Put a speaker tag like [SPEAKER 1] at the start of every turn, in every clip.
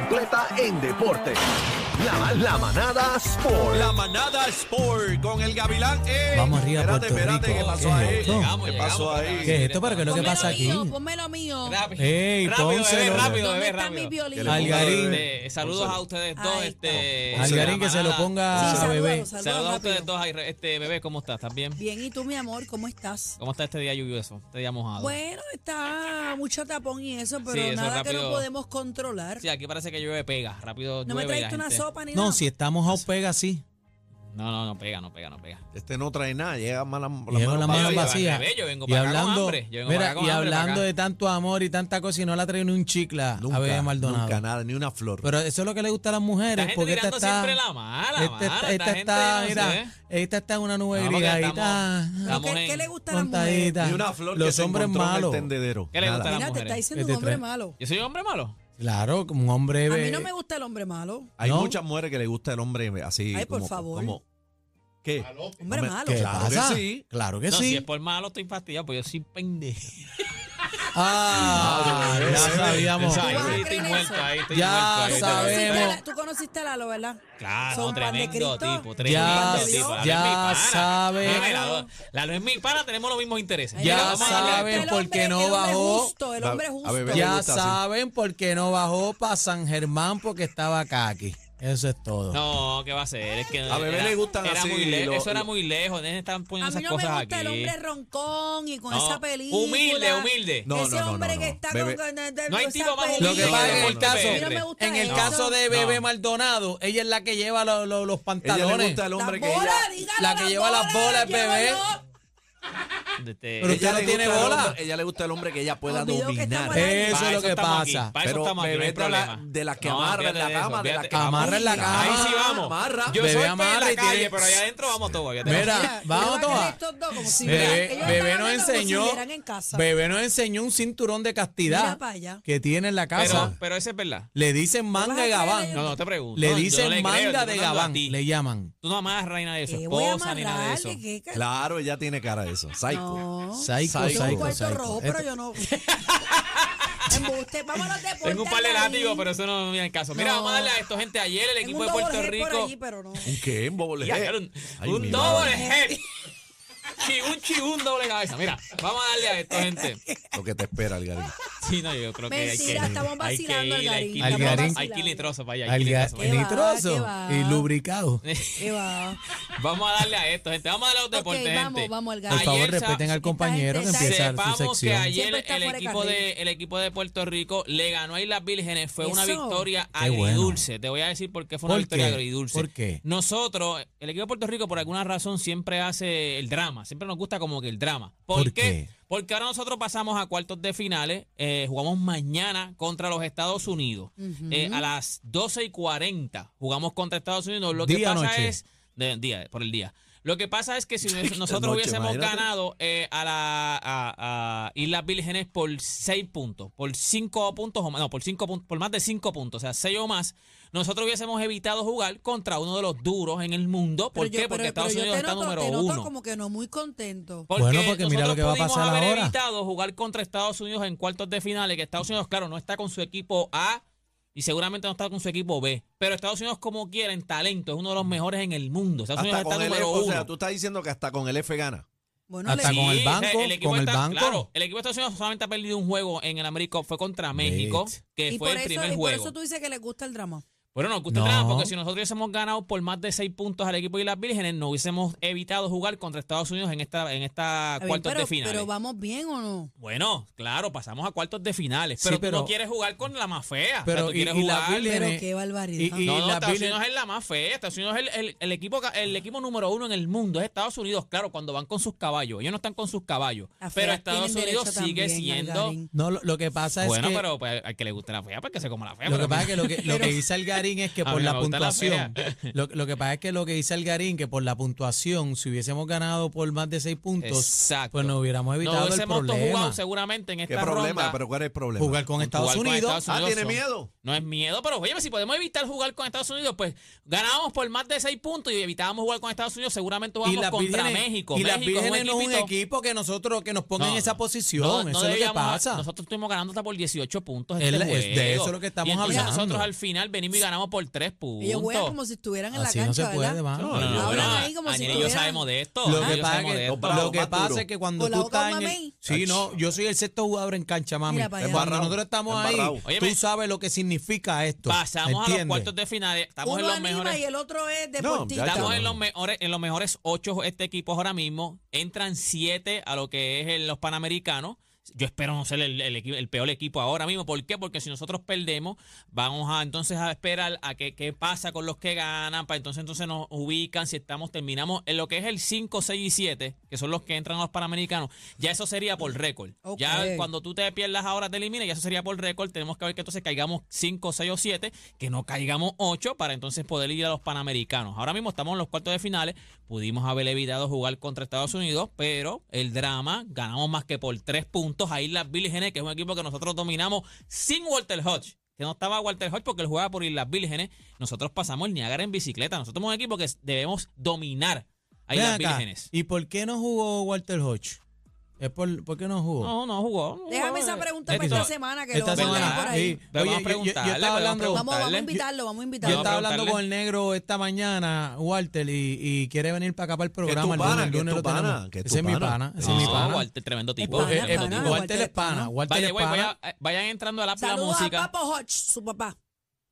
[SPEAKER 1] Z en deporte. La, la manada Sport.
[SPEAKER 2] La manada Sport con el Gavilán. ¡Ey!
[SPEAKER 3] Vamos arriba,
[SPEAKER 2] espérate,
[SPEAKER 3] Puerto
[SPEAKER 2] espérate,
[SPEAKER 3] Rico.
[SPEAKER 2] ¿qué pasó
[SPEAKER 3] ¿Qué es
[SPEAKER 2] ahí?
[SPEAKER 3] esto?
[SPEAKER 2] Llegamos,
[SPEAKER 4] ¿Qué
[SPEAKER 2] llegamos,
[SPEAKER 4] pasó
[SPEAKER 2] espéramos.
[SPEAKER 4] ahí?
[SPEAKER 3] ¿Qué es esto? ¿Pero qué es lo que
[SPEAKER 5] Ponme
[SPEAKER 3] pasa
[SPEAKER 5] lo
[SPEAKER 3] aquí?
[SPEAKER 5] mío, ponme lo mío.
[SPEAKER 4] Rápido.
[SPEAKER 3] Ey,
[SPEAKER 4] rápido, bebé,
[SPEAKER 3] pónselo.
[SPEAKER 4] rápido,
[SPEAKER 5] ¿Dónde
[SPEAKER 4] bebé,
[SPEAKER 5] están mis
[SPEAKER 4] rápido.
[SPEAKER 5] violines?
[SPEAKER 3] Algarín.
[SPEAKER 4] Este, saludos a ustedes dos,
[SPEAKER 5] Ahí está.
[SPEAKER 4] este.
[SPEAKER 3] Algarín,
[SPEAKER 4] la
[SPEAKER 3] que se lo
[SPEAKER 4] manada.
[SPEAKER 3] ponga
[SPEAKER 5] Sí,
[SPEAKER 3] a
[SPEAKER 5] saluda,
[SPEAKER 3] bebé.
[SPEAKER 5] saluda
[SPEAKER 4] Saludos a ustedes
[SPEAKER 5] rápido.
[SPEAKER 4] dos, ahí, este bebé, ¿cómo estás? ¿Estás bien?
[SPEAKER 5] Bien, ¿y tú, mi amor? ¿Cómo estás?
[SPEAKER 4] ¿Cómo está este día lluvioso? Este día mojado.
[SPEAKER 5] Bueno, está mucho tapón y eso, pero
[SPEAKER 4] Sí, eso
[SPEAKER 5] nada que
[SPEAKER 4] rápido.
[SPEAKER 5] no podemos controlar.
[SPEAKER 4] Sí, aquí parece que llueve pega, rápido
[SPEAKER 5] no
[SPEAKER 4] llueve.
[SPEAKER 5] me
[SPEAKER 4] y
[SPEAKER 5] trajiste
[SPEAKER 4] la
[SPEAKER 5] una
[SPEAKER 4] gente-
[SPEAKER 5] sopa ni
[SPEAKER 3] No,
[SPEAKER 5] nada.
[SPEAKER 3] si estamos a pega, sí.
[SPEAKER 4] No, no, no pega, no pega, no pega.
[SPEAKER 2] Este no trae nada, llega mala,
[SPEAKER 3] Llevo las manos
[SPEAKER 4] Oye,
[SPEAKER 3] vacías.
[SPEAKER 4] bebé, yo vengo
[SPEAKER 3] Y
[SPEAKER 4] para acá con
[SPEAKER 3] hablando,
[SPEAKER 4] hambre, yo vengo para
[SPEAKER 3] mira,
[SPEAKER 4] acá con
[SPEAKER 3] y
[SPEAKER 4] hambre, para
[SPEAKER 3] hablando
[SPEAKER 4] acá.
[SPEAKER 3] de tanto amor y tanta cosa, y no la trae ni un chicla
[SPEAKER 2] Nunca,
[SPEAKER 3] a Bebé Maldonado.
[SPEAKER 2] nunca nada, ni una flor.
[SPEAKER 3] Pero eso es lo que le gusta a las mujeres,
[SPEAKER 4] Esta gente
[SPEAKER 3] porque esta
[SPEAKER 4] tirando
[SPEAKER 3] está.
[SPEAKER 4] siempre la mala,
[SPEAKER 3] esta,
[SPEAKER 4] mano,
[SPEAKER 3] esta,
[SPEAKER 4] esta
[SPEAKER 3] esta
[SPEAKER 4] gente,
[SPEAKER 3] está,
[SPEAKER 4] yo no
[SPEAKER 3] mira, esta está en una nube
[SPEAKER 4] No, porque
[SPEAKER 3] gris, ahí
[SPEAKER 4] estamos-
[SPEAKER 3] está.
[SPEAKER 5] No, ¿qué,
[SPEAKER 4] estamos
[SPEAKER 5] qué
[SPEAKER 4] en-
[SPEAKER 5] le gusta a las mujeres?
[SPEAKER 3] Montadita.
[SPEAKER 2] ni una flor
[SPEAKER 3] los
[SPEAKER 2] que se
[SPEAKER 3] hombres
[SPEAKER 2] encontró en
[SPEAKER 3] malos.
[SPEAKER 2] el tendedero.
[SPEAKER 4] ¿Qué le gusta
[SPEAKER 2] Nada.
[SPEAKER 4] a las
[SPEAKER 5] Mira, te
[SPEAKER 4] mujeres?
[SPEAKER 5] está diciendo un
[SPEAKER 3] Este
[SPEAKER 5] hombre
[SPEAKER 3] tres.
[SPEAKER 5] malo.
[SPEAKER 4] Yo soy un hombre malo.
[SPEAKER 3] Claro, como un hombre.
[SPEAKER 5] A
[SPEAKER 3] ve-
[SPEAKER 5] mí no me gusta el hombre malo.
[SPEAKER 2] Hay
[SPEAKER 3] ¿No?
[SPEAKER 2] muchas mujeres que le gusta el hombre así.
[SPEAKER 5] Ay, por
[SPEAKER 2] como-
[SPEAKER 5] favor.
[SPEAKER 2] como- ¿Qué?
[SPEAKER 5] Hombre
[SPEAKER 2] Hombre,
[SPEAKER 5] malo.
[SPEAKER 3] ¿Qué
[SPEAKER 2] Claro que
[SPEAKER 3] pasa?
[SPEAKER 2] sí.
[SPEAKER 3] Claro que
[SPEAKER 4] no,
[SPEAKER 3] sí.
[SPEAKER 4] si es por malo estoy fastidiado, pues yo soy pendejo.
[SPEAKER 3] Ah, ya sabíamos.
[SPEAKER 4] Ahí
[SPEAKER 5] ¿Tú vas a
[SPEAKER 4] estoy
[SPEAKER 5] creer
[SPEAKER 4] muerto,
[SPEAKER 5] eso?
[SPEAKER 4] ahí estoy
[SPEAKER 3] Ya
[SPEAKER 4] muerto, ahí
[SPEAKER 5] ¿Tú conociste a
[SPEAKER 3] sabemos.
[SPEAKER 5] la- Tú conociste a Lalo, ¿verdad?
[SPEAKER 4] Este Claro,
[SPEAKER 5] Son
[SPEAKER 4] no,
[SPEAKER 5] pan de
[SPEAKER 4] tremendo
[SPEAKER 5] Cristo.
[SPEAKER 4] tipo,
[SPEAKER 3] Ya
[SPEAKER 4] tremendo
[SPEAKER 3] s-
[SPEAKER 4] tipo. Lalo
[SPEAKER 3] ya
[SPEAKER 4] es mi pana.
[SPEAKER 3] sabe.
[SPEAKER 4] Mira, Lalo, Lalo es mi pana, tenemos los mismos intereses.
[SPEAKER 3] Ya
[SPEAKER 4] Vamos a hablar.
[SPEAKER 3] sabe. saben
[SPEAKER 5] El
[SPEAKER 3] por
[SPEAKER 5] hombre-
[SPEAKER 3] qué no
[SPEAKER 5] el hombre
[SPEAKER 3] bajó.
[SPEAKER 5] Justo, el
[SPEAKER 2] A-
[SPEAKER 5] hombre
[SPEAKER 2] a
[SPEAKER 5] justo.
[SPEAKER 2] Bebé le
[SPEAKER 3] Ya
[SPEAKER 2] gusta así.
[SPEAKER 3] saben por qué no bajó para San Germán porque estaba acá aquí. Eso es todo.
[SPEAKER 4] No, ¿qué va a ser? Es que
[SPEAKER 2] A bebé
[SPEAKER 4] era-
[SPEAKER 2] le gustan
[SPEAKER 4] era
[SPEAKER 2] así,
[SPEAKER 4] Muy le-
[SPEAKER 2] lo-
[SPEAKER 4] eso era
[SPEAKER 2] lo-
[SPEAKER 4] muy lejos, dejen de estar
[SPEAKER 5] A
[SPEAKER 4] poniendo
[SPEAKER 5] mí
[SPEAKER 4] esas
[SPEAKER 5] no me
[SPEAKER 4] cosas
[SPEAKER 5] gusta
[SPEAKER 4] aquí.
[SPEAKER 5] el hombre roncón y con
[SPEAKER 4] No,
[SPEAKER 5] esa película.
[SPEAKER 4] humilde, humilde.
[SPEAKER 2] No,
[SPEAKER 5] Ese
[SPEAKER 2] no, no, no,
[SPEAKER 5] hombre
[SPEAKER 2] no.
[SPEAKER 5] que está
[SPEAKER 2] Bebé-
[SPEAKER 5] con.
[SPEAKER 4] No hay tipo más humilde
[SPEAKER 3] Lo que
[SPEAKER 4] No,
[SPEAKER 3] pasa
[SPEAKER 4] no,
[SPEAKER 3] es que
[SPEAKER 4] no,
[SPEAKER 3] el
[SPEAKER 4] no,
[SPEAKER 3] caso,
[SPEAKER 4] no, no, no, no.
[SPEAKER 3] en el caso de
[SPEAKER 4] No.
[SPEAKER 3] Bebé Maldonado, ella es la que lleva lo- lo-
[SPEAKER 2] Ella
[SPEAKER 3] los
[SPEAKER 2] le
[SPEAKER 3] pantalones.
[SPEAKER 2] gusta el hombre que
[SPEAKER 5] bola,
[SPEAKER 2] ella...
[SPEAKER 5] dígalo,
[SPEAKER 3] La que lleva las bolas,
[SPEAKER 5] llevo
[SPEAKER 3] bebé.
[SPEAKER 5] yo.
[SPEAKER 4] Este,
[SPEAKER 3] Pero usted
[SPEAKER 2] ella
[SPEAKER 3] no
[SPEAKER 2] le
[SPEAKER 3] tiene
[SPEAKER 2] gusta el
[SPEAKER 3] bola.
[SPEAKER 2] hombre- ella le gusta el hombre que ella pueda
[SPEAKER 5] Olvidó que estamos
[SPEAKER 2] dominar.
[SPEAKER 5] al aire.
[SPEAKER 3] Eso
[SPEAKER 4] para
[SPEAKER 3] es lo que
[SPEAKER 4] estamos aquí,
[SPEAKER 3] pasa.
[SPEAKER 4] para eso
[SPEAKER 2] Pero
[SPEAKER 4] estamos aquí, no hay
[SPEAKER 2] bebé de la-
[SPEAKER 4] problema.
[SPEAKER 2] de las que
[SPEAKER 4] No,
[SPEAKER 2] amarra en
[SPEAKER 4] olvídate
[SPEAKER 2] la
[SPEAKER 4] de eso,
[SPEAKER 2] cama, de las
[SPEAKER 4] olvídate.
[SPEAKER 2] que
[SPEAKER 3] Amarra en la cama.
[SPEAKER 4] Ahí sí vamos.
[SPEAKER 2] Amarra.
[SPEAKER 4] Yo
[SPEAKER 3] Bebé
[SPEAKER 4] soy
[SPEAKER 3] amarra
[SPEAKER 4] amarra
[SPEAKER 3] y
[SPEAKER 4] en la calle,
[SPEAKER 3] tiene-
[SPEAKER 4] pero allá adentro vamos todos. olvídate.
[SPEAKER 3] Mira, vamos
[SPEAKER 5] Pero
[SPEAKER 3] todas.
[SPEAKER 5] aquí estos dos como si- mira,
[SPEAKER 3] Bebé,
[SPEAKER 5] ellos
[SPEAKER 3] bebé
[SPEAKER 5] están
[SPEAKER 3] nos
[SPEAKER 5] hablando como si
[SPEAKER 3] enseñó,
[SPEAKER 5] vivieran en casa.
[SPEAKER 3] bebé nos enseñó un cinturón de
[SPEAKER 5] Mira
[SPEAKER 3] castidad
[SPEAKER 5] pa' allá.
[SPEAKER 3] que tiene en la casa.
[SPEAKER 4] Pero, pero eso es verdad.
[SPEAKER 3] le dicen manga
[SPEAKER 5] creer?
[SPEAKER 3] gabán.
[SPEAKER 4] No, no te pregunto.
[SPEAKER 3] le
[SPEAKER 4] No, yo no
[SPEAKER 3] dicen
[SPEAKER 4] creo,
[SPEAKER 3] manga
[SPEAKER 4] te
[SPEAKER 3] de
[SPEAKER 4] estoy preguntando a
[SPEAKER 3] gabán,
[SPEAKER 4] ti.
[SPEAKER 3] le llaman.
[SPEAKER 4] Tú no amas reina de su
[SPEAKER 5] Eh, voy a
[SPEAKER 4] esposa ni nada de eso.
[SPEAKER 5] amarrarle, qué ca-
[SPEAKER 2] Claro, ella tiene cara de eso. Psycho.
[SPEAKER 5] No.
[SPEAKER 3] Psycho,
[SPEAKER 5] Yo tengo un
[SPEAKER 3] psycho, psycho.
[SPEAKER 5] cuarto
[SPEAKER 3] Este
[SPEAKER 5] rojo, pero yo no. Embuste, vamos a los deportes.
[SPEAKER 4] Tengo un par de
[SPEAKER 5] Algarín.
[SPEAKER 4] látigos, pero eso no me viene al caso. Mira,
[SPEAKER 5] No.
[SPEAKER 4] vamos a darle a esto, gente. Ayer el
[SPEAKER 5] Tengo
[SPEAKER 4] equipo
[SPEAKER 5] un
[SPEAKER 4] de Puerto
[SPEAKER 5] doble G por
[SPEAKER 4] Rico.
[SPEAKER 5] allí, pero no.
[SPEAKER 2] ¿Un qué? ¿Un doble
[SPEAKER 4] Ya,
[SPEAKER 2] G?
[SPEAKER 4] era un,
[SPEAKER 2] Ay,
[SPEAKER 4] un
[SPEAKER 2] mi
[SPEAKER 4] doble
[SPEAKER 2] madre.
[SPEAKER 4] head. Chibun, chibun, doble cabeza. Mira, vamos a darle a esto, gente.
[SPEAKER 2] Lo que te espera, Algarín.
[SPEAKER 4] Sí, no, yo creo que hay
[SPEAKER 5] Mentira,
[SPEAKER 4] que.
[SPEAKER 5] estamos
[SPEAKER 4] hay que
[SPEAKER 5] vacilando,
[SPEAKER 4] ir, hay que
[SPEAKER 3] Algarín,
[SPEAKER 4] ir,
[SPEAKER 3] estamos
[SPEAKER 4] Algarín. Hay
[SPEAKER 5] vacilando.
[SPEAKER 4] que ir litroso para allá. hay que ir
[SPEAKER 3] Alga-
[SPEAKER 4] litroso para allá.
[SPEAKER 5] ¿Qué
[SPEAKER 3] nitroso
[SPEAKER 5] va?
[SPEAKER 3] y lubricado.
[SPEAKER 5] Qué va.
[SPEAKER 4] Vamos a darle a esto, gente. Vamos a darle a los
[SPEAKER 5] Ok,
[SPEAKER 4] deportes,
[SPEAKER 5] vamos,
[SPEAKER 4] gente.
[SPEAKER 5] vamos, Algarín.
[SPEAKER 3] Por favor,
[SPEAKER 4] Ayer sa-
[SPEAKER 3] respeten al compañero que
[SPEAKER 5] esta gente
[SPEAKER 3] empieza su
[SPEAKER 4] Sepamos que
[SPEAKER 3] sección.
[SPEAKER 4] ayer
[SPEAKER 5] Siempre está
[SPEAKER 4] el
[SPEAKER 5] fuera de
[SPEAKER 4] equipo, de,
[SPEAKER 5] carril.
[SPEAKER 4] el equipo de Puerto Rico le ganó a Islas Vírgenes. Fue una
[SPEAKER 5] Eso.
[SPEAKER 4] victoria
[SPEAKER 3] Qué bueno.
[SPEAKER 4] agridulce. Te voy a decir por qué fue una
[SPEAKER 3] ¿Por
[SPEAKER 4] victoria
[SPEAKER 3] qué?
[SPEAKER 4] agridulce.
[SPEAKER 3] ¿Por qué?
[SPEAKER 4] Nosotros, el equipo de Puerto Rico, por alguna razón, siempre hace el drama. Siempre nos gusta como que el drama. ¿Por,
[SPEAKER 3] ¿Por qué?
[SPEAKER 4] Porque ahora nosotros pasamos a cuartos de finales. eh, jugamos mañana contra los Estados Unidos. Eh, a las 12 y 40 jugamos contra Estados Unidos. Lo que
[SPEAKER 3] ¿Día o
[SPEAKER 4] pasa
[SPEAKER 3] noche?
[SPEAKER 4] es. de- día, por el día. Lo que pasa es que si nosotros
[SPEAKER 2] Noche,
[SPEAKER 4] hubiésemos
[SPEAKER 2] imagínate.
[SPEAKER 4] ganado ganado, eh, a, la, a, a Islas Vírgenes por 6 puntos, por 5 puntos o más, no, por, cinco, pun- por más de 5 puntos, o sea, 6 o más, nosotros hubiésemos evitado jugar contra uno de los duros en el mundo. ¿Por
[SPEAKER 5] Pero yo-
[SPEAKER 4] qué? Porque
[SPEAKER 5] pero-
[SPEAKER 4] Estados
[SPEAKER 5] pero yo
[SPEAKER 4] Unidos
[SPEAKER 5] te
[SPEAKER 4] está
[SPEAKER 5] noto-
[SPEAKER 4] número
[SPEAKER 5] te noto
[SPEAKER 4] 1.
[SPEAKER 5] como que no muy contento.
[SPEAKER 3] Bueno, porque mira
[SPEAKER 4] nosotros
[SPEAKER 3] lo que va a
[SPEAKER 4] pudimos
[SPEAKER 3] pasar
[SPEAKER 4] haber
[SPEAKER 3] ahora.
[SPEAKER 4] evitado jugar contra Estados Unidos en cuartos de finales, que Estados Unidos, claro, no está con su equipo A y seguramente no está con su equipo B. Pero Estados Unidos, como quiera, en talento, es uno de los mejores en el mundo. Estados
[SPEAKER 2] Hasta
[SPEAKER 4] Unidos
[SPEAKER 2] con
[SPEAKER 4] está
[SPEAKER 2] el F,
[SPEAKER 4] número 1.
[SPEAKER 2] o sea, tú estás diciendo que hasta con el F gana.
[SPEAKER 5] Bueno,
[SPEAKER 3] Hasta
[SPEAKER 5] le-
[SPEAKER 3] con el
[SPEAKER 4] o sea,
[SPEAKER 3] banco,
[SPEAKER 4] Eh, equipo
[SPEAKER 3] con el
[SPEAKER 4] está-
[SPEAKER 3] banco.
[SPEAKER 4] Claro, el equipo de Estados Unidos solamente ha perdido un juego en el América, fue contra México,
[SPEAKER 3] Wait.
[SPEAKER 4] que
[SPEAKER 5] y
[SPEAKER 4] fue
[SPEAKER 5] por
[SPEAKER 4] el
[SPEAKER 5] eso-
[SPEAKER 4] primer
[SPEAKER 5] y por
[SPEAKER 4] juego.
[SPEAKER 5] eso tú dices que le gusta el drama.
[SPEAKER 4] Bueno, nos gusta
[SPEAKER 3] No.
[SPEAKER 4] el drama, porque si nosotros hubiésemos ganado por más de seis puntos al equipo de las Vírgenes, no hubiésemos evitado jugar contra Estados Unidos en esta, en esta
[SPEAKER 5] Está bien,
[SPEAKER 4] cuartos
[SPEAKER 5] pero,
[SPEAKER 4] de finales.
[SPEAKER 5] Pero vamos bien o no.
[SPEAKER 4] bueno, claro, pasamos a cuartos de finales,
[SPEAKER 3] Sí,
[SPEAKER 4] pero, tú
[SPEAKER 3] pero-
[SPEAKER 4] no quieres jugar con la más fea.
[SPEAKER 3] pero
[SPEAKER 4] Pero tú
[SPEAKER 3] y-
[SPEAKER 4] quieres
[SPEAKER 3] y las
[SPEAKER 4] jugar.
[SPEAKER 3] Vírgenes-
[SPEAKER 5] Pero qué barbaridad.
[SPEAKER 3] y- y-
[SPEAKER 4] no, no,
[SPEAKER 3] las
[SPEAKER 4] Estados
[SPEAKER 3] Vírgenes-
[SPEAKER 4] Unidos es la más fea. Estados Unidos es el, el- el equipo, ca- el equipo número uno en el mundo. Es Estados Unidos, claro, cuando van con sus caballos. Ellos no están con sus caballos.
[SPEAKER 5] Las
[SPEAKER 4] Pero
[SPEAKER 5] feas
[SPEAKER 4] Estados
[SPEAKER 5] tienen
[SPEAKER 4] Unidos
[SPEAKER 5] derecho
[SPEAKER 4] sigue
[SPEAKER 5] también,
[SPEAKER 4] siendo
[SPEAKER 5] Algarín.
[SPEAKER 3] No, lo, lo que pasa es
[SPEAKER 4] bueno,
[SPEAKER 3] que
[SPEAKER 4] pero pues, al que le guste la fea, pues que se coma la fea.
[SPEAKER 3] lo
[SPEAKER 4] pero
[SPEAKER 3] que pasa es que lo que, lo que
[SPEAKER 5] Pero-
[SPEAKER 3] dice Garín es que
[SPEAKER 4] A
[SPEAKER 3] por
[SPEAKER 4] mí
[SPEAKER 3] la
[SPEAKER 4] me gusta la
[SPEAKER 3] puntuación.
[SPEAKER 4] fea.
[SPEAKER 3] lo, lo que pasa es que lo que dice el Garín, que por la puntuación, si hubiésemos ganado por más de seis puntos,
[SPEAKER 4] Exacto.
[SPEAKER 3] pues nos hubiéramos evitado
[SPEAKER 4] no
[SPEAKER 3] el
[SPEAKER 4] hubiésemos
[SPEAKER 3] problema.
[SPEAKER 4] jugado seguramente en
[SPEAKER 2] ¿Qué
[SPEAKER 4] esta
[SPEAKER 2] problema?
[SPEAKER 4] ronda.
[SPEAKER 2] ¿Pero cuál es el problema?
[SPEAKER 3] Jugar con Estados
[SPEAKER 4] jugar con
[SPEAKER 3] Unidos.
[SPEAKER 4] Estados
[SPEAKER 2] Ah, ¿tiene
[SPEAKER 4] son-
[SPEAKER 2] miedo?
[SPEAKER 4] No es miedo, pero oye, si podemos evitar jugar con Estados Unidos, pues ganábamos por más de seis puntos y evitábamos jugar con Estados Unidos,
[SPEAKER 3] y
[SPEAKER 4] seguramente jugamos
[SPEAKER 3] las
[SPEAKER 4] contra
[SPEAKER 3] vírgenes,
[SPEAKER 4] México.
[SPEAKER 3] y las
[SPEAKER 4] México es un
[SPEAKER 3] vírgenes no es un
[SPEAKER 4] equipito-
[SPEAKER 3] equipo que nosotros que nos ponga en
[SPEAKER 4] No,
[SPEAKER 3] esa
[SPEAKER 4] no.
[SPEAKER 3] posición.
[SPEAKER 4] No,
[SPEAKER 3] eso
[SPEAKER 4] no
[SPEAKER 3] es lo que
[SPEAKER 4] debíamos-
[SPEAKER 3] pasa.
[SPEAKER 4] Nosotros estuvimos ganando hasta por 18 puntos.
[SPEAKER 3] Es
[SPEAKER 4] este
[SPEAKER 3] la- es de
[SPEAKER 4] juego.
[SPEAKER 3] eso lo que estamos
[SPEAKER 4] Y entonces
[SPEAKER 3] hablando.
[SPEAKER 4] Nosotros al final venimos y ganamos por 3 puntos.
[SPEAKER 5] Ellos juegan como si estuvieran en la
[SPEAKER 3] Así
[SPEAKER 5] cancha,
[SPEAKER 3] no se puede,
[SPEAKER 5] ¿verdad?
[SPEAKER 3] mano.
[SPEAKER 2] No, no, no,
[SPEAKER 5] Hablan
[SPEAKER 2] no.
[SPEAKER 5] ahí como si
[SPEAKER 4] Daniel y yo
[SPEAKER 5] estuvieran-
[SPEAKER 4] sabemos de esto.
[SPEAKER 3] Lo
[SPEAKER 4] Daniel y
[SPEAKER 3] que,
[SPEAKER 4] Ah, yo
[SPEAKER 3] pasa,
[SPEAKER 4] sabemos
[SPEAKER 3] que,
[SPEAKER 4] de
[SPEAKER 3] lo
[SPEAKER 4] esto.
[SPEAKER 2] Bravo,
[SPEAKER 3] que
[SPEAKER 2] más
[SPEAKER 3] pasa
[SPEAKER 2] duro.
[SPEAKER 3] es que cuando
[SPEAKER 5] Por la
[SPEAKER 3] tú
[SPEAKER 5] boca,
[SPEAKER 3] estás en el,
[SPEAKER 5] mami.
[SPEAKER 3] Sí, no, yo soy el sexto jugador en cancha, mami.
[SPEAKER 5] Mira para allá.
[SPEAKER 3] Cuando
[SPEAKER 2] Embarrado,
[SPEAKER 3] nosotros estamos ahí,
[SPEAKER 2] embarrado.
[SPEAKER 4] Óyeme.
[SPEAKER 3] tú sabes lo que significa esto.
[SPEAKER 4] Pasamos a los
[SPEAKER 3] ¿entiendes?
[SPEAKER 4] cuartos de finales. Estamos en
[SPEAKER 5] Uno
[SPEAKER 4] los
[SPEAKER 5] anima
[SPEAKER 4] mejores.
[SPEAKER 5] y el otro es
[SPEAKER 2] ya,
[SPEAKER 5] deportista.
[SPEAKER 2] ya.
[SPEAKER 4] Estamos
[SPEAKER 2] no,
[SPEAKER 4] en
[SPEAKER 2] no.
[SPEAKER 4] los mejores, en los mejores ocho este equipos ahora mismo. Entran siete a lo que es el- los Panamericanos. Yo espero no ser el, el equi- el peor equipo ahora mismo. ¿Por qué? Porque si nosotros perdemos, vamos a entonces a esperar a que- qué pasa con los que ganan. Para entonces entonces nos ubican. Si estamos, terminamos en lo que es el 5, 6 y 7, que son los que entran a los Panamericanos. Ya eso sería por récord.
[SPEAKER 5] Ok.
[SPEAKER 4] Ya cuando tú te pierdas ahora te eliminas, ya eso sería por récord. Tenemos que ver que entonces caigamos 5, 6 o 7, que no caigamos 8 para entonces poder ir a los Panamericanos. Ahora mismo estamos en los cuartos de finales, pudimos haber evitado jugar contra Estados Unidos, pero el drama, ganamos más que por 3 puntos a Islas Vírgenes, que es un equipo que nosotros dominamos sin Walter Hodge. Que no estaba Walter Hodge porque él jugaba por Islas Vírgenes. Nosotros pasamos el Niágara en bicicleta. Nosotros somos un equipo que debemos dominar a
[SPEAKER 3] Ven
[SPEAKER 4] Islas
[SPEAKER 3] acá,
[SPEAKER 4] Vírgenes.
[SPEAKER 3] ¿Y por qué no jugó Walter Hodge? ¿Es por, ¿Por qué no jugó?
[SPEAKER 4] No, no jugó. no
[SPEAKER 5] Déjame
[SPEAKER 4] jugó.
[SPEAKER 5] esa pregunta
[SPEAKER 4] Esto-
[SPEAKER 5] para esta semana que lo
[SPEAKER 3] Esta
[SPEAKER 5] vamos a hablar
[SPEAKER 3] semana.
[SPEAKER 5] por ahí.
[SPEAKER 3] sí. Oye,
[SPEAKER 4] Pero vamos a
[SPEAKER 3] yo- yo- yo
[SPEAKER 4] preguntarle,
[SPEAKER 3] estaba
[SPEAKER 4] pero
[SPEAKER 3] hablando-
[SPEAKER 4] vamos a
[SPEAKER 5] Vamos, vamos a
[SPEAKER 4] preguntarle.
[SPEAKER 5] invitarlo,
[SPEAKER 3] Yo
[SPEAKER 5] vamos a
[SPEAKER 4] Vamos
[SPEAKER 5] invitarlo.
[SPEAKER 4] a
[SPEAKER 3] estaba hablando
[SPEAKER 4] preguntarle.
[SPEAKER 3] con el negro esta mañana, Walter, y, y quiere venir para acá para el programa.
[SPEAKER 2] tu
[SPEAKER 3] el
[SPEAKER 2] pana,
[SPEAKER 3] el
[SPEAKER 2] que es tu
[SPEAKER 3] lo tenemos.
[SPEAKER 2] pana, que es
[SPEAKER 3] Ese
[SPEAKER 2] tu
[SPEAKER 3] es mi
[SPEAKER 2] pana.
[SPEAKER 3] pana. Ese
[SPEAKER 4] No,
[SPEAKER 3] es mi pana.
[SPEAKER 4] Walter, tremendo tipo.
[SPEAKER 5] pana,
[SPEAKER 3] Eh, eh,
[SPEAKER 4] tremendo
[SPEAKER 5] pana,
[SPEAKER 4] tipo.
[SPEAKER 5] Walter
[SPEAKER 3] Walter es
[SPEAKER 5] es pana.
[SPEAKER 3] pana. Walter
[SPEAKER 4] Vaya,
[SPEAKER 3] es
[SPEAKER 4] voy- voy
[SPEAKER 3] pana.
[SPEAKER 4] a- eh, vayan entrando al app la
[SPEAKER 5] Saludos a
[SPEAKER 4] música.
[SPEAKER 5] Papo Hodge, su papá.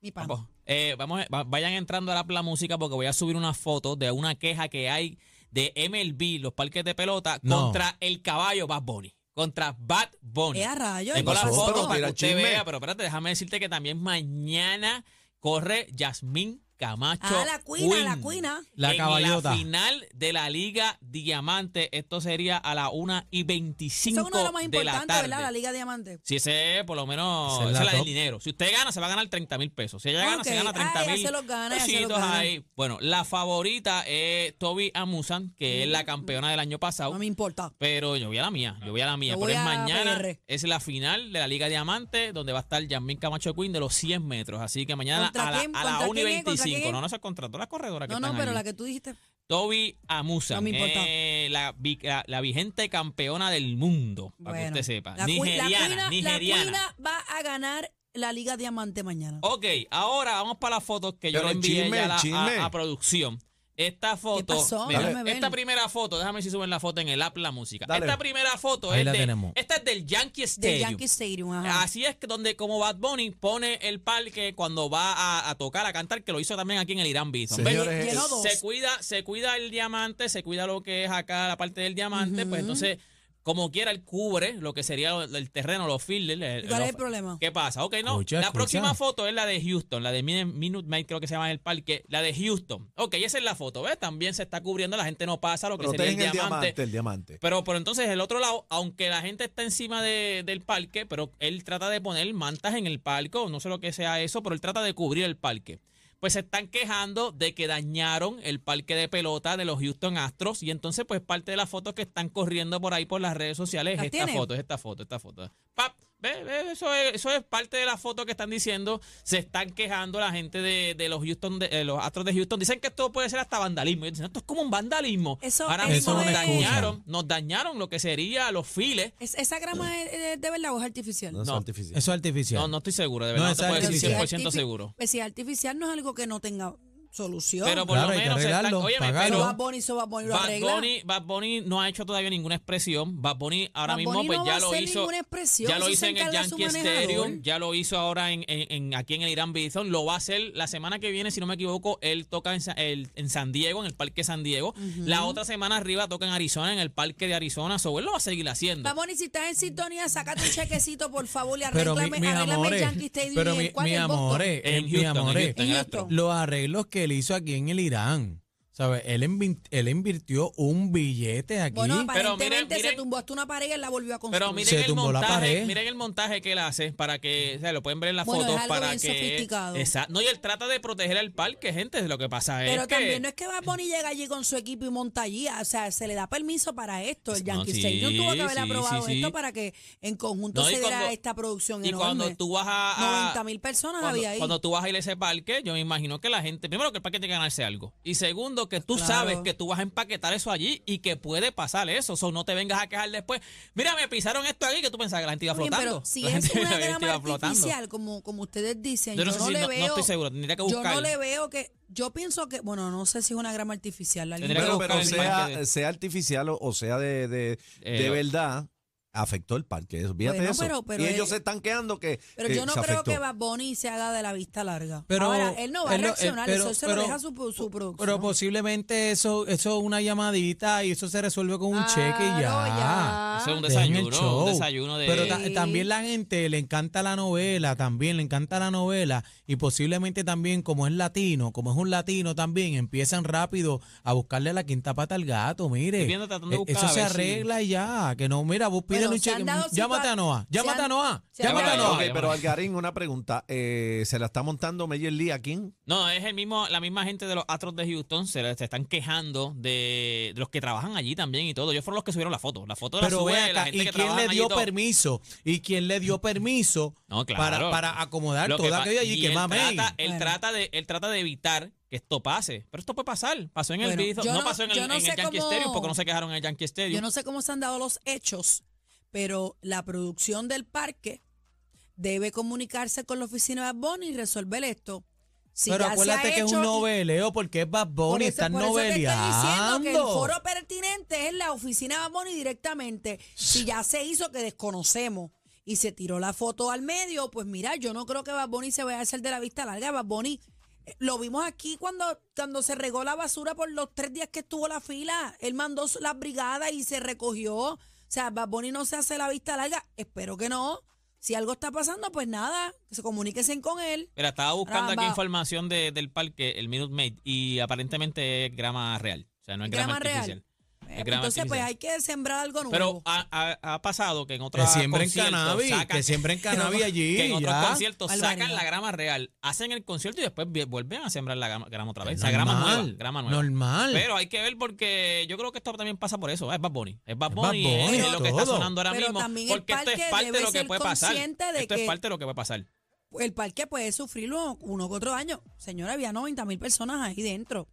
[SPEAKER 5] Mi papá.
[SPEAKER 4] Papo, eh, vamos, a- va- vayan entrando al app la música porque voy a subir una foto de una queja que hay de MLB, los parques de pelota,
[SPEAKER 3] No.
[SPEAKER 4] contra el caballo Bad Bunny. Contra Bad Bunny.
[SPEAKER 5] Eh, a rayos.
[SPEAKER 4] Tengo
[SPEAKER 5] ¿qué
[SPEAKER 4] la
[SPEAKER 5] pasó?
[SPEAKER 2] Pero
[SPEAKER 4] foto para que
[SPEAKER 2] tira
[SPEAKER 4] usted
[SPEAKER 2] chisme.
[SPEAKER 4] vea, pero espérate, déjame decirte que también mañana corre Yasmín Camacho.
[SPEAKER 5] Ah, la cuina, la
[SPEAKER 4] Queen.
[SPEAKER 5] cuina.
[SPEAKER 3] La
[SPEAKER 4] en
[SPEAKER 3] caballota.
[SPEAKER 4] la final de la Liga Diamante. Esto sería a la 1 y 25
[SPEAKER 5] Eso es uno de los más
[SPEAKER 4] de la
[SPEAKER 5] importantes,
[SPEAKER 4] tarde.
[SPEAKER 5] ¿verdad? La Liga Diamante.
[SPEAKER 4] Si ese es, por lo menos,
[SPEAKER 3] Esa es la
[SPEAKER 4] esa es la del
[SPEAKER 3] top.
[SPEAKER 4] dinero. Si usted gana, se va a ganar 30 mil pesos. Si ella gana,
[SPEAKER 5] Ok.
[SPEAKER 4] se gana
[SPEAKER 5] Ah, ella
[SPEAKER 4] 30 mil
[SPEAKER 5] se los gana, ella se los
[SPEAKER 4] pesitos
[SPEAKER 5] gana.
[SPEAKER 4] ahí. Bueno, la favorita es Toby Amusan, que es la campeona del año pasado.
[SPEAKER 5] No me importa.
[SPEAKER 4] Pero yo voy a la mía, yo voy a la mía.
[SPEAKER 5] Yo
[SPEAKER 4] Pero
[SPEAKER 5] voy
[SPEAKER 4] es
[SPEAKER 5] a
[SPEAKER 4] mañana,
[SPEAKER 5] PR.
[SPEAKER 4] es la final de la Liga Diamante, donde va a estar Yasmín Camacho Queen de los 100 metros. Así que mañana
[SPEAKER 5] ¿Contra
[SPEAKER 4] a la,
[SPEAKER 5] quién?
[SPEAKER 4] a la
[SPEAKER 5] ¿Contra
[SPEAKER 4] 1 y
[SPEAKER 5] quién es? ¿Contra
[SPEAKER 4] 25.
[SPEAKER 5] quién es?
[SPEAKER 4] No, no se contrató la corredora que
[SPEAKER 5] No, no,
[SPEAKER 4] están
[SPEAKER 5] pero
[SPEAKER 4] allí.
[SPEAKER 5] la que tú dijiste.
[SPEAKER 4] Toby Amusa,
[SPEAKER 5] No me importa.
[SPEAKER 4] eh, la, vi- la- la vigente campeona del mundo, para que
[SPEAKER 5] Bueno,
[SPEAKER 4] usted sepa.
[SPEAKER 5] La, cu- la
[SPEAKER 4] nigeriana,
[SPEAKER 5] cuina-
[SPEAKER 4] nigeriana.
[SPEAKER 5] la cuina va a ganar la Liga Diamante mañana.
[SPEAKER 4] Ok, ahora vamos para las fotos que yo
[SPEAKER 2] Pero
[SPEAKER 4] le envié
[SPEAKER 2] chisme,
[SPEAKER 4] ya a la- a-
[SPEAKER 2] chisme.
[SPEAKER 4] a, producción. Esta foto,
[SPEAKER 5] pasó?
[SPEAKER 4] mira,
[SPEAKER 5] Déjame ver.
[SPEAKER 4] esta primera foto, déjame si suben la foto en el app la música.
[SPEAKER 2] Dale.
[SPEAKER 4] Esta primera foto
[SPEAKER 3] Ahí
[SPEAKER 4] es
[SPEAKER 3] la
[SPEAKER 4] de-
[SPEAKER 3] tenemos.
[SPEAKER 4] esta es del Yankee Stadium.
[SPEAKER 5] Del Yankee Stadium, ajá.
[SPEAKER 4] Así es que donde como Bad Bunny pone el parque cuando va a, a tocar, a cantar, que lo hizo también aquí en el Irán Bison.
[SPEAKER 2] Sí.
[SPEAKER 4] ¿Ves?
[SPEAKER 2] Señores,
[SPEAKER 5] Llenó dos.
[SPEAKER 4] se cuida, se cuida el diamante, se cuida lo que es acá la parte del diamante, pues entonces como quiera él cubre lo que sería lo- el terreno, los fielders. el-
[SPEAKER 5] ¿Y cuál es el
[SPEAKER 4] los-
[SPEAKER 5] problema?
[SPEAKER 4] ¿Qué pasa? Ok, no.
[SPEAKER 3] Escucha,
[SPEAKER 4] la
[SPEAKER 3] escucha.
[SPEAKER 4] próxima foto es la de Houston, la de Min- Minute Maid, creo que se llama en el parque, la de Houston. Ok, esa es la foto, ¿ves? También se está cubriendo, la gente no pasa lo que sería
[SPEAKER 2] Protegen
[SPEAKER 4] el diamante.
[SPEAKER 2] el diamante.
[SPEAKER 4] Pero, pero entonces el otro lado, aunque la gente está encima de- del parque, pero él trata de poner mantas en el parque, o no sé lo que sea eso, pero él trata de cubrir el parque. Pues se están quejando de que dañaron el parque de pelota de los Houston Astros. Y entonces, pues parte de las fotos que están corriendo por ahí por las redes sociales es
[SPEAKER 5] ¿Las
[SPEAKER 4] esta
[SPEAKER 5] tiene?
[SPEAKER 4] foto, es esta foto, esta foto. Pap, ve, ve, eso, es, eso es parte de las fotos que están diciendo. Se están quejando la gente de, de los Houston, de, eh, los Astros de Houston. Dicen que esto puede ser hasta vandalismo. Y dicen, esto es como un vandalismo.
[SPEAKER 5] Eso-
[SPEAKER 4] Ahora
[SPEAKER 5] eso
[SPEAKER 4] mismo nos
[SPEAKER 5] es-
[SPEAKER 4] dañaron nos dañaron lo que sería los files.
[SPEAKER 5] Es- ¿Esa grama es, es de verdad o es artificial?
[SPEAKER 2] No, es
[SPEAKER 4] no.
[SPEAKER 2] artificial.
[SPEAKER 3] Eso es artificial.
[SPEAKER 4] No, no estoy seguro, de
[SPEAKER 3] No,
[SPEAKER 4] verdad, no,
[SPEAKER 3] es
[SPEAKER 4] te puedo
[SPEAKER 5] Pero
[SPEAKER 4] decir
[SPEAKER 5] si es
[SPEAKER 4] 100%
[SPEAKER 5] artifi-
[SPEAKER 4] seguro.
[SPEAKER 5] Pues si es artificial no es algo que no tenga solución.
[SPEAKER 4] Pero por
[SPEAKER 3] Claro, hay
[SPEAKER 4] lo
[SPEAKER 3] que
[SPEAKER 4] menos se
[SPEAKER 3] arreglarlo,
[SPEAKER 4] están- óyeme,
[SPEAKER 3] pagarlo.
[SPEAKER 5] Pero
[SPEAKER 4] pero
[SPEAKER 5] Bad Bunny, eso Bad Bunny lo
[SPEAKER 4] Bad
[SPEAKER 5] arregla.
[SPEAKER 4] Bunny, Bad Bunny no ha hecho todavía ninguna expresión. Bad Bunny ahora
[SPEAKER 5] Bad
[SPEAKER 4] mismo
[SPEAKER 5] Bunny
[SPEAKER 4] pues
[SPEAKER 5] no va
[SPEAKER 4] ya
[SPEAKER 5] a
[SPEAKER 4] lo
[SPEAKER 5] hacer
[SPEAKER 4] hizo.
[SPEAKER 5] ninguna expresión,
[SPEAKER 4] ya lo
[SPEAKER 5] eso
[SPEAKER 4] hizo
[SPEAKER 5] se
[SPEAKER 4] en el
[SPEAKER 5] encarga su
[SPEAKER 4] Yankee
[SPEAKER 5] manejador.
[SPEAKER 4] Stadium, ya lo hizo ahora en, en- en- aquí en el Irán Bison, lo va a hacer la semana que viene, si no me equivoco, él toca en, Sa- el- en San Diego, en el Parque San Diego. La otra semana arriba toca en Arizona, en el Parque de Arizona. So, él lo va a seguir haciendo.
[SPEAKER 5] Bad Bunny, si estás en sintonía, sácate un chequecito, por favor, y
[SPEAKER 3] pero mi-
[SPEAKER 5] arréglame,
[SPEAKER 3] mis
[SPEAKER 5] arréglame el
[SPEAKER 3] amores,
[SPEAKER 5] Yankee Stadium.
[SPEAKER 3] pero
[SPEAKER 5] y el
[SPEAKER 3] mi-
[SPEAKER 5] cual
[SPEAKER 3] mis
[SPEAKER 5] en Boston.
[SPEAKER 3] amores, eh,
[SPEAKER 4] En
[SPEAKER 3] mis
[SPEAKER 4] Houston, en
[SPEAKER 3] amores,
[SPEAKER 4] Houston,
[SPEAKER 5] en el
[SPEAKER 3] los
[SPEAKER 5] Astro.
[SPEAKER 3] arreglos que él hizo aquí en el Irán. ¿Sabes? Él, invin- él invirtió un billete aquí.
[SPEAKER 5] Bueno,
[SPEAKER 4] Pero
[SPEAKER 5] aparentemente
[SPEAKER 4] miren, miren.
[SPEAKER 5] se tumbó hasta una pared y él la volvió a construir.
[SPEAKER 4] Pero miren
[SPEAKER 3] Se
[SPEAKER 4] el
[SPEAKER 3] tumbó la
[SPEAKER 4] montaje,
[SPEAKER 3] pared.
[SPEAKER 4] miren el montaje que él hace para que, o sea, lo pueden ver en las
[SPEAKER 5] Bueno, es
[SPEAKER 4] fotos
[SPEAKER 5] algo
[SPEAKER 4] para
[SPEAKER 5] bien
[SPEAKER 4] que
[SPEAKER 5] sofisticado.
[SPEAKER 4] Esa- no y él trata de proteger el parque, gente, lo que pasa
[SPEAKER 5] Pero
[SPEAKER 4] es que
[SPEAKER 5] también no es que Bad Bunny llega allí con su equipo y monta allí, o sea, se le da permiso para esto. El
[SPEAKER 4] No,
[SPEAKER 5] Yankee
[SPEAKER 4] sí,
[SPEAKER 5] Stadium tuvo que haber
[SPEAKER 4] sí,
[SPEAKER 5] aprobado
[SPEAKER 4] sí, sí.
[SPEAKER 5] esto para que en conjunto
[SPEAKER 4] No, y
[SPEAKER 5] se diera
[SPEAKER 4] cuando-
[SPEAKER 5] esta producción
[SPEAKER 4] y
[SPEAKER 5] enorme.
[SPEAKER 4] cuando tú vas a,
[SPEAKER 5] 90 mil personas
[SPEAKER 4] cuando,
[SPEAKER 5] había ahí.
[SPEAKER 4] cuando tú vas a ir a ese parque, yo me imagino que la gente, primero que el parque tiene que ganarse algo. Y segundo, que tú
[SPEAKER 5] Claro.
[SPEAKER 4] sabes que tú vas a empaquetar eso allí y que puede pasar eso. O sea, no te vengas a quejar después. Mira, me pisaron esto aquí que tú pensabas que la gente iba
[SPEAKER 5] Bien,
[SPEAKER 4] flotando.
[SPEAKER 5] pero si
[SPEAKER 4] La
[SPEAKER 5] es
[SPEAKER 4] gente-
[SPEAKER 5] una
[SPEAKER 4] la gente iba
[SPEAKER 5] grama
[SPEAKER 4] flotando.
[SPEAKER 5] artificial, como, como ustedes dicen,
[SPEAKER 4] Yo
[SPEAKER 5] yo
[SPEAKER 4] no
[SPEAKER 5] no,
[SPEAKER 4] sé si-
[SPEAKER 5] le
[SPEAKER 4] no- no
[SPEAKER 5] veo.
[SPEAKER 4] estoy seguro, tendría que
[SPEAKER 5] Yo
[SPEAKER 4] buscar.
[SPEAKER 5] no le veo que. Yo pienso que. Bueno, no sé si es una grama artificial. La
[SPEAKER 4] Tendría
[SPEAKER 2] Pero,
[SPEAKER 5] limpia.
[SPEAKER 4] que
[SPEAKER 2] pero
[SPEAKER 4] buscar el parque
[SPEAKER 2] sea,
[SPEAKER 4] de-
[SPEAKER 2] sea artificial o, o sea de, de,
[SPEAKER 4] Eh,
[SPEAKER 2] de verdad, afectó el parque. eso, Fíjate
[SPEAKER 5] Bueno,
[SPEAKER 2] eso.
[SPEAKER 5] pero- pero
[SPEAKER 2] y
[SPEAKER 5] él-
[SPEAKER 2] ellos se están quedando que.
[SPEAKER 5] Pero
[SPEAKER 2] que
[SPEAKER 5] yo no
[SPEAKER 2] se
[SPEAKER 5] creo que
[SPEAKER 2] afectó.
[SPEAKER 5] Bad Bunny se haga de la vista larga.
[SPEAKER 3] Eh, Pero
[SPEAKER 5] Ahora, él no va
[SPEAKER 3] él
[SPEAKER 5] a
[SPEAKER 3] no- él-
[SPEAKER 5] reaccionar,
[SPEAKER 3] pero-
[SPEAKER 5] eso se
[SPEAKER 3] pero-
[SPEAKER 5] lo deja su, su producción.
[SPEAKER 3] Pero pues, posiblemente eso, eso es una llamadita y eso se resuelve con un cheque y
[SPEAKER 5] Claro,
[SPEAKER 3] ya.
[SPEAKER 4] Eso es un
[SPEAKER 3] Dejen el
[SPEAKER 4] desayuno, un
[SPEAKER 3] show.
[SPEAKER 4] desayuno de...
[SPEAKER 3] Pero ta-
[SPEAKER 5] Sí.
[SPEAKER 3] también la gente le encanta la novela, también le encanta la novela y posiblemente también como es latino, como es un latino también, empiezan rápido a buscarle la quinta pata al gato, mire.
[SPEAKER 4] Estoy viendo, tratando de
[SPEAKER 3] Eh,
[SPEAKER 4] buscar,
[SPEAKER 3] Eso
[SPEAKER 4] a
[SPEAKER 3] se
[SPEAKER 4] ver si-
[SPEAKER 3] arregla y ya, que no, mira, vos pídele
[SPEAKER 5] Bueno,
[SPEAKER 3] un
[SPEAKER 5] se han
[SPEAKER 3] cheque,
[SPEAKER 5] dado
[SPEAKER 3] llámate
[SPEAKER 5] situa-
[SPEAKER 3] a Noah,
[SPEAKER 5] se han-
[SPEAKER 3] llámate a Noah,
[SPEAKER 5] se han
[SPEAKER 3] llámate a
[SPEAKER 4] dado-
[SPEAKER 3] Noah.
[SPEAKER 2] Ah, Ok,
[SPEAKER 4] llámala.
[SPEAKER 2] pero Algarín, una pregunta. eh, ¿Se la está montando Meyer Lee a quién?
[SPEAKER 4] No, es el mismo, la misma gente de los Astros de Houston se, le- se están quejando de, de los que trabajan allí también y todo. Ellos fueron los que subieron la foto. La foto la
[SPEAKER 3] Pero
[SPEAKER 4] sube
[SPEAKER 3] ve
[SPEAKER 4] la
[SPEAKER 3] acá,
[SPEAKER 4] gente
[SPEAKER 3] ¿y
[SPEAKER 4] que
[SPEAKER 3] quién
[SPEAKER 4] trabaja
[SPEAKER 3] le
[SPEAKER 4] allí y
[SPEAKER 3] dio
[SPEAKER 4] todo.
[SPEAKER 3] permiso? ¿Y quién le dio permiso
[SPEAKER 4] No,
[SPEAKER 3] para,
[SPEAKER 4] claro.
[SPEAKER 3] para acomodar
[SPEAKER 4] Lo que
[SPEAKER 3] toda
[SPEAKER 4] pa-
[SPEAKER 3] aquella allí
[SPEAKER 4] y
[SPEAKER 3] que
[SPEAKER 4] él
[SPEAKER 3] mamen?
[SPEAKER 4] Trata, él,
[SPEAKER 5] Bueno.
[SPEAKER 4] trata de, él trata de evitar que esto pase. Pero esto puede pasar. Pasó en el
[SPEAKER 5] Bueno,
[SPEAKER 4] Bidifo-
[SPEAKER 5] yo
[SPEAKER 4] No,
[SPEAKER 5] no-
[SPEAKER 4] pasó en el,
[SPEAKER 5] yo no
[SPEAKER 4] en el
[SPEAKER 5] sé
[SPEAKER 4] Yankee
[SPEAKER 5] cómo-
[SPEAKER 4] Stadium porque no se quejaron en el Yankee Stadium.
[SPEAKER 5] Yo no sé cómo se han dado los hechos, pero la producción del parque debe comunicarse con la oficina de Bad Bunny y resolver esto. Si
[SPEAKER 3] Pero
[SPEAKER 5] ya se
[SPEAKER 3] acuérdate
[SPEAKER 5] ha
[SPEAKER 3] que es
[SPEAKER 5] hecho
[SPEAKER 3] un
[SPEAKER 5] y-
[SPEAKER 3] noveleo porque es Bad
[SPEAKER 5] por
[SPEAKER 3] Bunny,
[SPEAKER 5] eso-
[SPEAKER 3] están
[SPEAKER 5] por eso te estoy diciendo que el
[SPEAKER 3] noveleando.
[SPEAKER 5] foro pertinente es la oficina de Bad Bunny directamente. Si ya se hizo que desconocemos y se tiró la foto al medio, pues mira, yo no creo que Bad Bunny se vaya a hacer de la vista larga. Bad Bunny, eh, lo vimos aquí cuando, cuando se regó la basura por los tres días que estuvo la fila. Él mandó su- las brigadas y se recogió. O sea, Bad Bunny no se hace la vista larga. Espero que no. Si algo está pasando, pues nada, que se comuníquesen con él.
[SPEAKER 4] Mira, estaba buscando
[SPEAKER 5] Ramba.
[SPEAKER 4] aquí información de- del parque, el Minute Maid, y aparentemente es grama real. O sea, no es grama,
[SPEAKER 5] Grama real.
[SPEAKER 4] artificial.
[SPEAKER 5] Eh,
[SPEAKER 4] Es grama
[SPEAKER 5] Entonces, pues
[SPEAKER 4] artificial.
[SPEAKER 5] hay que sembrar algo nuevo.
[SPEAKER 4] Pero ha, ha- ha pasado que en
[SPEAKER 3] Que
[SPEAKER 4] otros
[SPEAKER 3] siembren
[SPEAKER 4] conciertos
[SPEAKER 3] cannabis,
[SPEAKER 4] sacan-
[SPEAKER 3] que siembren cannabis allí.
[SPEAKER 4] que en otros
[SPEAKER 3] ya.
[SPEAKER 4] conciertos sacan
[SPEAKER 5] Barbaridad.
[SPEAKER 4] la grama real, hacen el concierto y después vi- vuelven a sembrar la grama, grama otra vez.
[SPEAKER 3] Es
[SPEAKER 4] O sea, grama
[SPEAKER 3] normal,
[SPEAKER 4] nueva, grama nueva.
[SPEAKER 3] normal.
[SPEAKER 4] Pero hay que ver porque yo creo que esto también pasa por eso. ah, Es Bad Bunny. Es Bad
[SPEAKER 3] Es Bad
[SPEAKER 4] Bunny, es,
[SPEAKER 3] Bunny,
[SPEAKER 4] lo que está
[SPEAKER 3] todo.
[SPEAKER 4] sonando ahora
[SPEAKER 5] Pero
[SPEAKER 4] mismo.
[SPEAKER 5] también el
[SPEAKER 4] Porque esto es
[SPEAKER 5] parque
[SPEAKER 4] parte de
[SPEAKER 5] debe
[SPEAKER 4] lo que
[SPEAKER 5] ser
[SPEAKER 4] puede pasar.
[SPEAKER 5] consciente de
[SPEAKER 4] Esto es
[SPEAKER 5] que-
[SPEAKER 4] parte de lo que puede pasar.
[SPEAKER 5] el parque puede sufrir uno uno que otro daño. Señora, había 90 mil personas ahí dentro.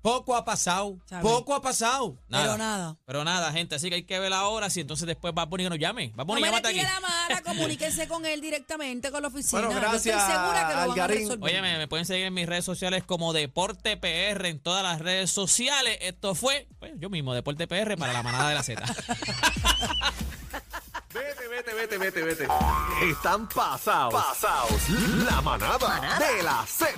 [SPEAKER 3] Poco ha pasado,
[SPEAKER 5] ¿Sabe?
[SPEAKER 3] poco ha pasado.
[SPEAKER 4] Nada.
[SPEAKER 5] Pero nada.
[SPEAKER 4] Pero nada, gente, así que hay que ver ahora si entonces después Bad Bunny que nos llame. Bad
[SPEAKER 5] No
[SPEAKER 4] Bunny,
[SPEAKER 5] me le
[SPEAKER 4] llámate aquí.
[SPEAKER 5] tire la mala, comuníquense con él directamente, con la oficina.
[SPEAKER 2] Bueno,
[SPEAKER 5] Yo
[SPEAKER 2] gracias,
[SPEAKER 5] estoy segura que lo van a
[SPEAKER 2] Algarín.
[SPEAKER 5] resolver.
[SPEAKER 4] Oye, me, me pueden seguir en mis redes sociales como Deporte PR en todas las redes sociales. Esto fue, pues, yo mismo, Deporte PR para la manada de la Z.
[SPEAKER 1] Vete, vete, vete, vete, vete. Están pasados. Pasados. La manada de la Z.